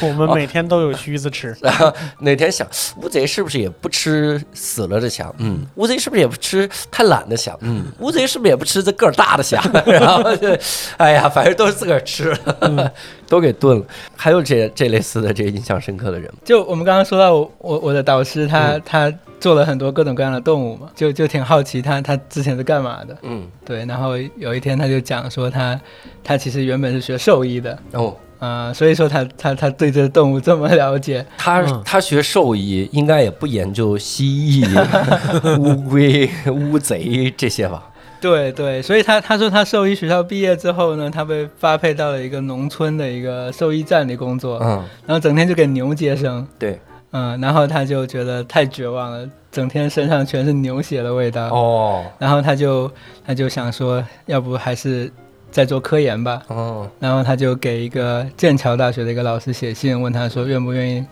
我们每天都有须子吃。
然后 哪天想，乌贼是不是也不吃死了的虾？嗯，乌贼是不是也不吃太懒的虾？嗯，乌贼是不是也不吃这个儿大的 虾？然后就，哎呀，反正都是自个儿吃了， 都给炖了。还有这这类似的这印象深刻的人吗？
就我们刚刚说到我我我的导师他、
嗯
他做了很多各种各样的动物嘛，就就挺好奇他他之前是干嘛的，
嗯，
对，然后有一天他就讲说他他其实原本是学兽医的，
哦，
啊、所以说他他他对这动物这么 了解，
他
嗯
他学兽医，应该也不研究蜥蜴、 乌龟、乌贼这些吧？
对对，所以他他说他兽医学校毕业之后呢，他被发配到了一个农村的一个兽医站里工作，
嗯，
然后整天就给牛接生。
对，
嗯，然后他就觉得太绝望了，整天身上全是牛血的味道。
哦，
然后他就他就想说，要不还是再做科研吧。
哦，
然后他就给一个剑桥大学的一个老师写信，问他说愿不愿意，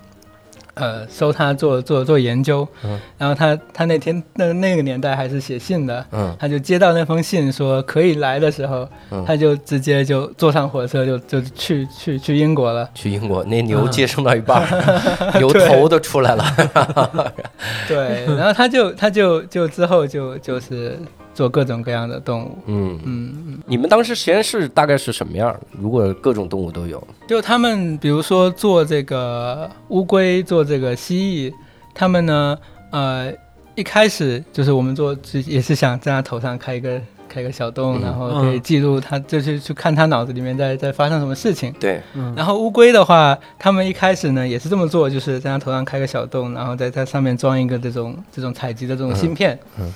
呃，收他做做做研究。
嗯
然后他他那天那那个年代还是写信的，
嗯，
他就接到那封信说可以来的时候，
嗯
他就直接就坐上火车就就去去去英国了。
去英国那牛接生到一半儿， 牛头都出来了。
对，然后他就他就就之后就就是做各种各样的动物，
嗯，
嗯，
你们当时实验室大概是什么样儿？如果各种动物都有，
就他们比如说做这个乌龟，做这个蜥蜴，他们呢，呃，一开始就是我们做就也是想在它头上开一个开一个小洞，
嗯
然后可以记录它，就是去看它脑子里面在在发生什么事情。
对，
嗯，
然后乌龟的话，他们一开始呢也是这么做，就是在它头上开个小洞，然后在它上面装一个这种这种采集的这种芯片。
嗯嗯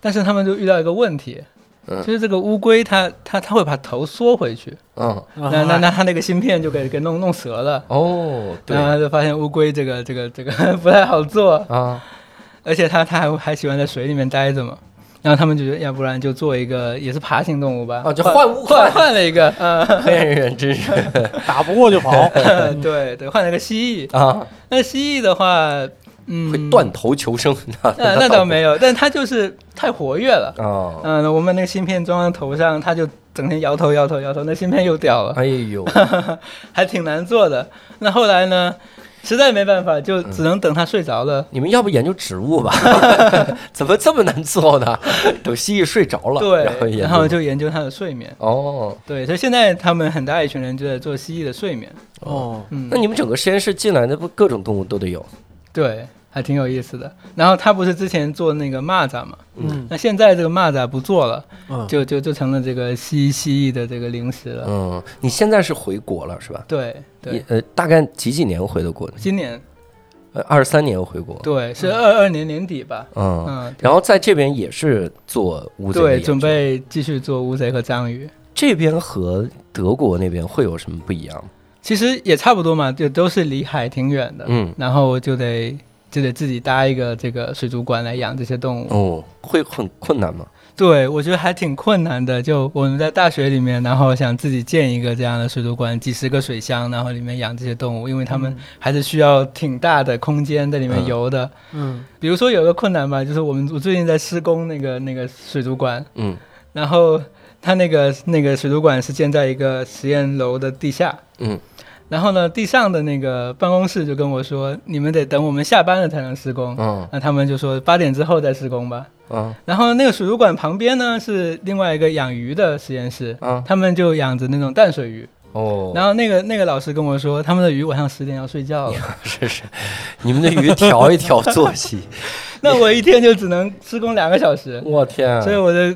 但是他们就遇到一个问题，
嗯
就是这个乌龟它它它会把头缩回去，
嗯，
那那那它那个芯片就给给弄弄折了。
哦，对
然后他就发现乌龟这个这个这个 不太好做，
啊，
而且它它还还喜欢在水里面待着嘛。然后他们就觉得，要不然就做一个也是爬行动物吧。
哦就换
换
乌
换换了一 个，嗯，
黑暗人真是
打不过 就跑。
对对，换了个蜥蜴。
啊，
那蜥蜴的话，嗯，
会断头求生，那
呃，那倒没有，但它就是太活跃了。
啊，
嗯、我们那个芯片装到头上，它就整天摇头摇头摇头，那芯片又掉了，
哎呦，
还挺难做的。那后来呢，实在没办法，
嗯
就只能等它睡着了。
你们要不研究植物吧？ 怎么这么难做呢？等蜥蜴睡着了，然后
对，
研究
然后就研究它的睡眠。
哦，
对，所以现在他们很大一群人就在做蜥蜴的睡眠。
哦，
嗯
那，你们整个实验室进来的不各种动物都得有？
对，还挺有意思的。然后他不是之前做那个蚂蚱嘛？
嗯
那现在这个蚂蚱不做了，
嗯
就就就成了这个蜥蜥蜴的这个零食了。
嗯，你现在是回国了是吧？
对
你
对，
呃，大概几几年回的国呢？
今年
呃，二三年回国。
对是二二年年底吧？
嗯，
嗯，
然后在这边也是做乌贼的
对，
研究
准备继续做乌贼和章鱼。
这边和德国那边会有什么不一样吗？
其实也差不多嘛，就都是离海挺远的，
嗯，
然后就得就得自己搭一个这个水族馆来养这些动物。
哦，会很困难吗？
对，我觉得还挺困难的。就我们在大学里面，然后想自己建一个这样的水族馆，几十个水箱，然后里面养这些动物，因为他们还是需要挺大的空间在里面
嗯
游的。
嗯
比如说有个困难吧，就是我们我最近在施工那个那个水族馆，
嗯，
然后它那个那个水族馆是建在一个实验楼的地下，
嗯，
然后呢，地上的那个办公室就跟我说，你们得等我们下班了才能施工。
嗯
那他们就说八点之后再施工吧。
嗯
然后那个水族馆旁边呢是另外一个养鱼的实验室，
嗯
他们就养着那种淡水鱼。
哦，
然后那个那个老师跟我说，他们的鱼晚上十点要睡觉 了，
是是，你们的鱼调一调作息，
那我一天就只能施工两个小时，
我天啊，
所以我的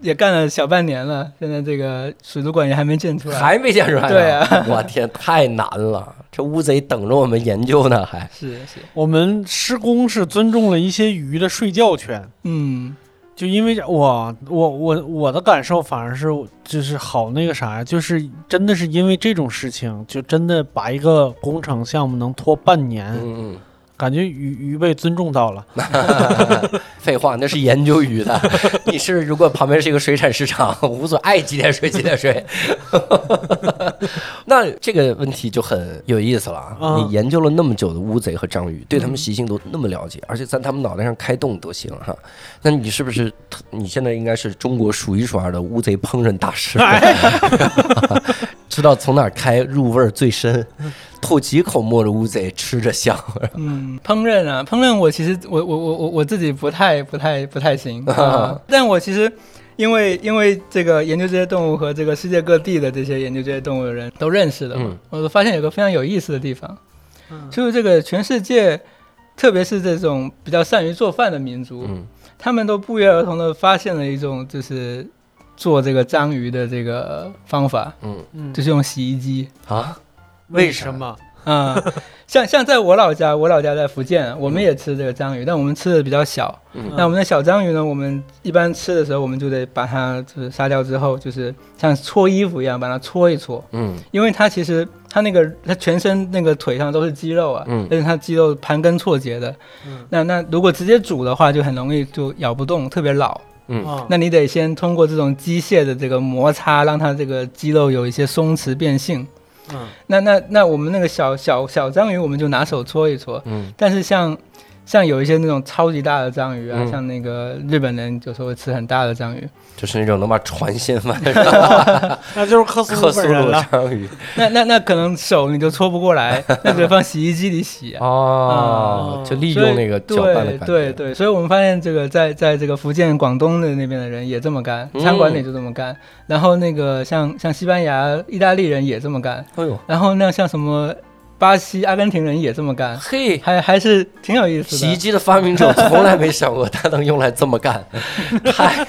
也干了小半年了，现在这个水族馆也还没建出来。
还没见出来呢。
对啊
我天，太难了，这乌贼等着我们研究呢，还
是是，
我们施工是尊重了一些鱼的睡觉权，
嗯
就因为这我我我我的感受反而是就是好那个啥呀，就是真的是因为这种事情，就真的把一个工程项目能拖半年，
嗯
感觉鱼鱼被尊重到了。
嗯， 废话，那是研究鱼的。你是如果旁边是一个水产市场，无所谓爱几点睡几点睡。 那这个问题就很有意思了啊！嗯
嗯
你研究了那么久的乌贼和章鱼，对它们习性都那么了解，而且在它们脑袋上开洞都行哈。那你是不是特你现在应该是中国数一数二的乌贼烹饪大师？ 知道从哪儿开入味儿最深，吐几口沫的乌贼吃着香。
嗯，烹饪啊，烹饪我其实我我我我我自己不太不太不 太行、啊但我其实。因为因为这个研究这些动物和这个世界各地的这些研究这些动物的人都认识的嘛，
嗯
我发现有个非常有意思的地方，就是这个全世界，特别是这种比较善于做饭的民族，
嗯
他们都不约而同的发现了一种就是做这个章鱼的这个方法，
嗯
嗯
就是用洗衣 机。
啊，
为什么？
啊、像像在我老家，我老家在福建，我们也吃这个章鱼，但我们吃的比较小。
嗯
那我们的小章鱼呢，我们一般吃的时候，我们就得把它就是杀掉之后，就是像搓衣服一样把它搓一搓，
嗯
因为它其实它那个它全身那个腿上都是肌肉啊，
嗯
而且它肌肉盘根错节的。
嗯
那那如果直接煮的话，就很容易就咬不动，特别老。
嗯
啊，
那你得先通过这种机械的这个摩擦，让它这个肌肉有一些松弛变性。
嗯，
那那那我们那个小小小章鱼，我们就拿手搓一搓。
嗯
但是像像有一些那种超级大的章鱼啊，
嗯
像那个日本人有时候会吃很大的章鱼。
就是那种能把船掀翻
那就是克苏
克
鲁
苏
本人
鲁
了。
章鱼
那那那可能手你就搓不 过来，那只能放洗衣机里洗啊。
哦
嗯
就利用那个搅拌的
对
感觉，
对对，啊所以我们发现这个在在这个福建、广东的那边的人也这么干，
嗯
餐馆里就这么干，然后那个像像西班牙、意大利人也这么干，
哎呦
然后那像什么巴西、阿根廷人也这么干，
嘿，
还还是挺有意思的。
洗衣机的发明者从来没想过它能用来这么干， 太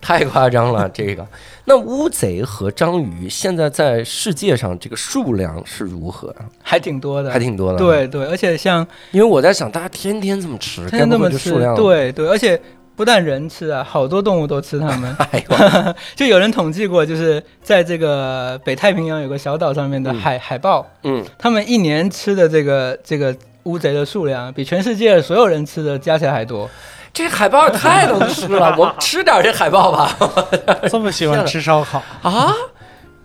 太夸张了。这个，那乌贼和章鱼现在在世界上这个数量是如何啊？
还挺多的，
还挺多的。，
对对，而且像
因为我在想，大家天天这么吃，
天天这
该不
么
会这
吃
数量，。
对对，而且不但人吃啊，好多动物都吃它们
哎呦，
就有人统计过，就是在这个北太平洋有个小岛上面的
嗯
海、海豹，
嗯，
他们一年吃的这个这个乌贼的数量，比全世界所有人吃的加起来还多。
这海豹太能吃了， 我们吃点这海豹吧。
这么喜欢 吃烧烤，
啊，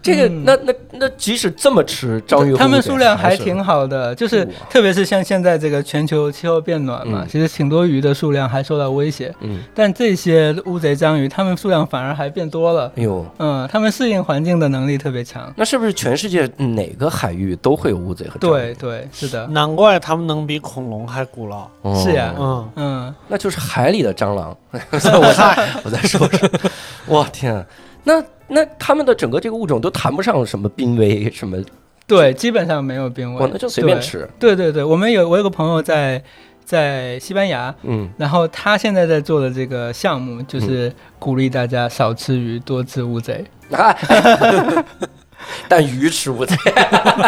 这个、
嗯
那那那即使这么吃章鱼，
他们数量还
还是
挺好的，就是
哇
特别是像现在这个全球气候变暖嘛，
嗯
其实挺多鱼的数量还受到威胁，
嗯，
但这些乌贼章鱼，它们数量反而还变多了。
哎呦，
嗯，它们适应环境的能力特别强。
那是不是全世界哪个海域都会有乌贼和章
对
鱼？
对，是的，
难怪他们能比恐龙还古老。
哦
是呀
嗯，
嗯，
那就是海里的蟑螂。 我在我在说什么？我天啊，那那他们的整个这个物种都谈不上什么濒危什么，
对，基本上没有濒
我
危
那。就随便吃。
对对对，我们有我有个朋友在在西班牙，
嗯，
然后他现在在做的这个项目就是鼓励大家少吃鱼，多吃乌贼。
哎但鱼吃乌贼，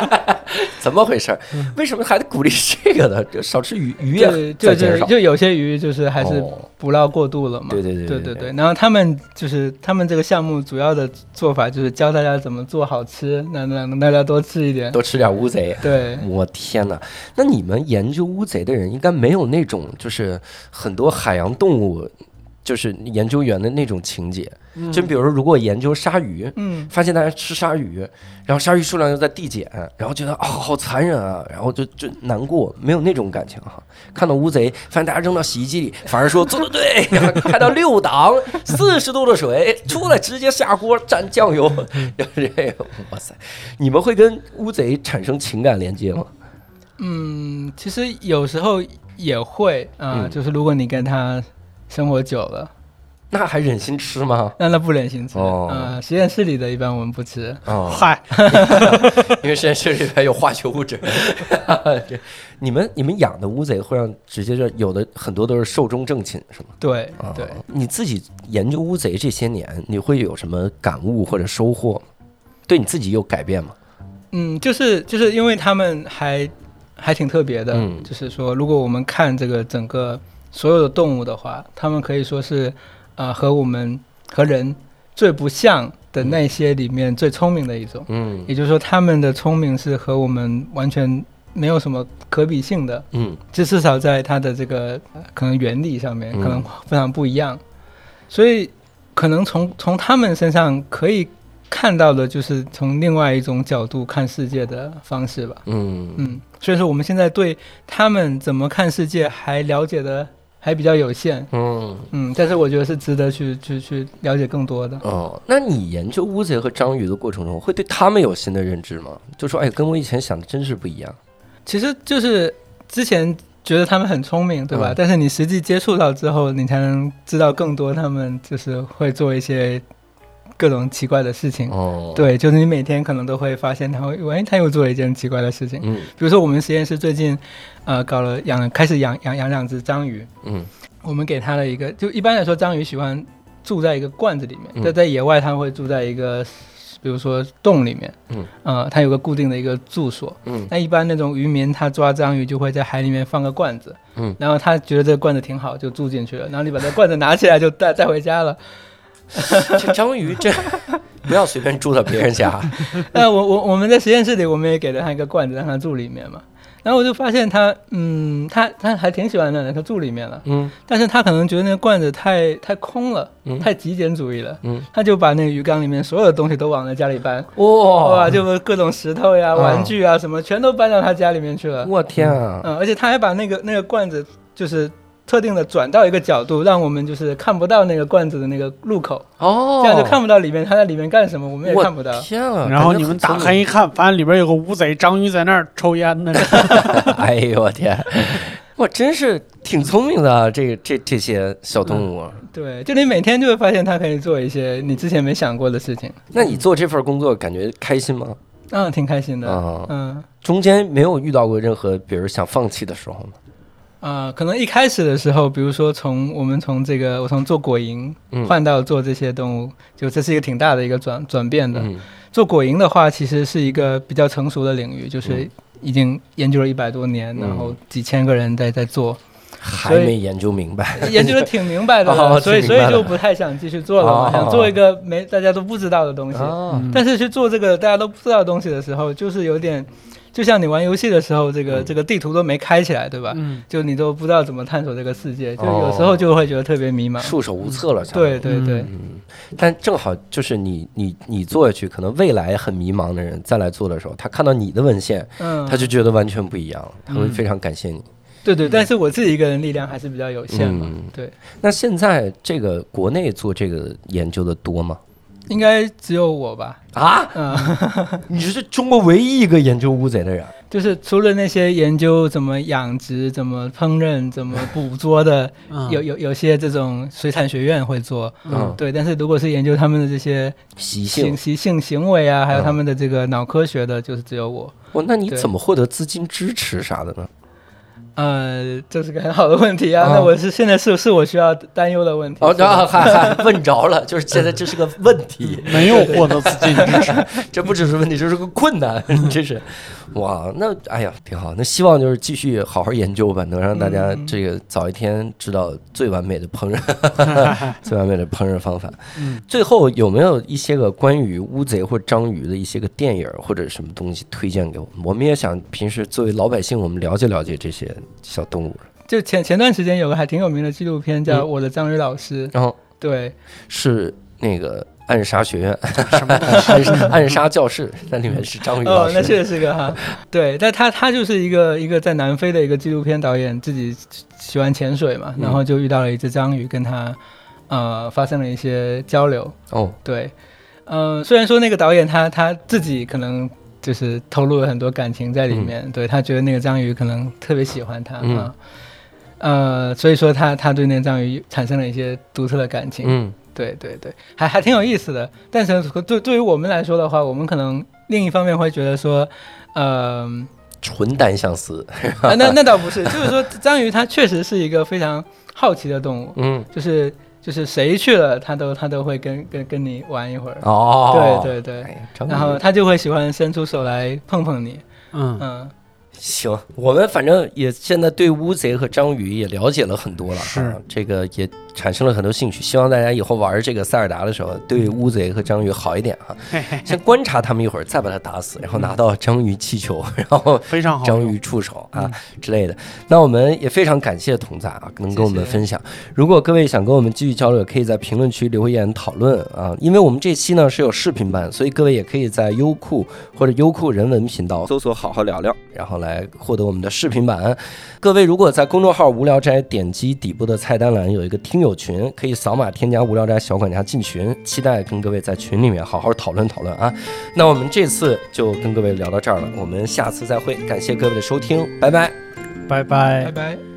怎么回事儿？为什么还得鼓励这个呢？就少吃鱼，鱼也
嗯对，就
在减
是
少。
就有些鱼就是还是
哦
捕捞过度了嘛。
对对对
对
对
对。然后他们就是他们这个项目主要的做法就是教大家怎么做好吃，让让大家多吃一点。
多吃点乌贼。
对，
我天哪！那你们研究乌贼的人，应该没有那种就是很多海洋动物就是研究员的那种情节。就比如说，如果研究鲨鱼，
嗯，
发现大家吃鲨鱼，然后鲨鱼数量又在递减，然后觉得啊、好残忍啊，然后就就难过，没有那种感情哈。看到乌贼，发现大家扔到洗衣机里，反而说做的对， 然后开到六档，四十度的水出来直接下锅蘸酱油， 就是这个。哇塞，你们会跟乌贼产生情感连接吗？
嗯，其实有时候也会啊、呃
嗯
就是如果你跟他生活久了，
那还忍心吃吗？
那那不忍心吃。
哦
呃实验室里的一般我们不吃。
哦，
嗨，
因为实验室里边有化学物质。这 你们你们养的乌贼会让直接就有的很多都是寿终正寝是吗？
对
啊
对，
你自己研究乌贼这些年，你会有什么感悟或者收获吗？对你自己有改变吗？
嗯，就是就是因为他们还还挺特别的，
嗯
就是说，如果我们看这个整个所有的动物的话，它们可以说是呃和我们和人最不像的那些里面最聪明的一种，
嗯
也就是说，它们的聪明是和我们完全没有什么可比性的，
嗯
就至少在它的这个呃可能原理上面
嗯
可能非常不一样，所以可能从从他们身上可以看到的就是从另外一种角度看世界的方式吧。
嗯
嗯，所以说我们现在对他们怎么看世界还了解的还比较有限。
嗯
嗯，但是我觉得是值得去去去了解更多的。
哦，那你研究乌贼和章鱼的过程中，会对它们有新的认知吗？就说哎，跟我以前想的真是不一样。
其实就是之前觉得他们很聪明，对吧？
嗯
但是你实际接触到之后，你才能知道更多，他们就是会做一些各种奇怪的事情。
哦，，
对，就是你每天可能都会发现他会，哎，他又做了一件奇怪的事情。
嗯
比如说，我们实验室最近，呃，搞了养，开始养养养两只章鱼。
嗯
我们给它了一个，就一般来说，章鱼喜欢住在一个罐子里面，
嗯
但在野外它会住在一个，比如说洞里面。
嗯，
呃，它有个固定的一个住所。
嗯
那一般那种渔民他抓章鱼就会在海里面放个罐子，
嗯
然后他觉得这个罐子挺好，就住进去了。然后你把这罐子拿起来就带带回 家了。
这章鱼 这不要随便住到别人 家。
那我我我们在实验室里我们也给了他一个罐子让他住里面嘛。然后我就发现他，嗯，他他还挺喜欢的，他住里面了。
嗯
但是他可能觉得那个罐子太太空了，
嗯
太极简主义了，
嗯，
他就把那个鱼缸里面所有的东西都往他家里搬，哇，
哇，
就各种石头呀、
嗯
玩具啊什么，全都搬到他家里面去了。
我天啊！
嗯，而且他还把那个那个罐子就是特定的转到一个角度，让我们就是看不到那个罐子的那个入口，
哦，
这样就看不到里面他在里面干什么，我们也
我
看不到。
天啊！
然后
感觉
你们
很
打
聪明
开一看，发现里边有个乌贼、章鱼在那儿抽烟 呢。
哎呦我天，我真是挺聪明的啊，这这这些小动物啊。
对，就你每天就会发现他可以做一些你之前没想过的事情，
那你做这份工作感觉开心吗？
嗯，挺开心的。
啊，
嗯
中间没有遇到过任何，比如想放弃的时候吗？
啊、可能一开始的时候，比如说从我们从这个我从做果蝇
嗯
换到做这些动物，就这是一个挺大的一个转转变的。
嗯
做果蝇的话，其实是一个比较成熟的领域，就是
嗯
已经研究了一百多年，
嗯
然后几千个人在在做，
还没研究明白。
研究的挺明白的 了，
哦
所以
挺
所
明白
以
的
就不太想继续做了
哦
嘛，想做一个没大家都不知道的东 西。
啊，
嗯
但是去做这个大家都不知道的东西的时候，就是有点，就像你玩游戏的时候，这个、
嗯
这个地图都没开起来，对吧？
嗯，
就你都不知道怎么探索这个世界，就
哦
有时候就会觉得特别迷茫。
束手无策了，相当于
对对对，
嗯，但正好就是你你你做下去，可能未来很迷茫的人再来做的时候，他看到你的文献，
嗯，
他就觉得完全不一样了，他会非常感谢你。
对对，但是我自己一个人力量还是比较有限嘛，
嗯
对。
那现在这个国内做这个研究的多吗？
应该只有我吧，
啊，
嗯，
你是中国唯一一个研究乌贼的人。
就是除了那些研究怎么养殖、怎么烹饪、怎么捕捉的，
嗯
有有有些这种水产学院会做，
嗯，
对。但是如果是研究他们的这些
习性
行。习性行为啊，还有
嗯
他们的这个脑科学的，就是只有我。
哇，哦那你
对
怎么获得资金支持啥的呢？
呃，这是个很好的问题啊。
啊
那我是现在是是我需要担忧的问题。
哦，
是吧
啊，还还问着了，就是现在这是个问题，
嗯没有获得资金支 持。嗯
这不只是问题，这是个困难， 这是，哇，那哎呀，挺好，那希望就是继续好好研究吧，能让大家
嗯
这个早一天知道最完美的烹饪， 最完美的烹饪方法。
嗯
最后有没有一些个关于乌贼或章鱼的一些个电影或者什么东西推荐给我们？我们也想平时作为老百姓，我们了解了解这些小动物。
就前前段时间有个还挺有名的纪录片
嗯
叫《我的章鱼老师》，
然后
对，
是那个暗杀学 院，暗杀 暗杀教室，那里面是章鱼老
哦，那
师。
确实是 个哈，对，但他他就是一个一个在南非的一个纪录片导演，自己喜欢潜水嘛，
嗯
然后就遇到了一只章鱼，跟他呃发生了一些交流，
哦，
对，嗯，虽然说那个导演他他自己可能就是投入了很多感情在里面，对他觉得那个章鱼可能特别喜欢他、
嗯
啊，呃，所以说他他对那个章鱼产生了一些独特的感情，
嗯
对对对，还还挺有意思的。但是对对于我们来说的话，我们可能另一方面会觉得说，嗯、
纯单相思。
啊那那倒不是，就是说章鱼它确实是一个非常好奇的动物，
嗯，
就是就是谁去了，它都它都会跟跟跟你玩一会儿。
哦，
对对对，
哎章鱼
然后它就会喜欢伸出手来碰碰你，
嗯，
嗯，
行，我们反正也现在对乌贼和章鱼也了解了很多了，
是
啊这个也产生了很多兴趣。希望大家以后玩这个塞尔达的时候，对乌贼和章鱼好一点哈、先观察它们一会儿，再把它打死，然后拿到章鱼气球，然后
非
哦
常好用。
章鱼触手
嗯
啊之类的。那我们也非常感谢童仔啊，能跟我们分享。如果各位想跟我们继续交流，可以在评论区留言讨论啊。因为我们这期呢是有视频版，所以各位也可以在优酷或者优酷人文频道搜索“好好聊聊”，然后来获得我们的视频版。各位如果在公众号“无聊斋”点击底部的菜单栏有一个听友群，可以扫码添加“无聊斋小管家”进群。期待跟各位在群里面好好讨论讨论啊。那我们这次就跟各位聊到这儿了，我们下次再会，感谢各位的收听，拜拜。
拜拜
拜。拜。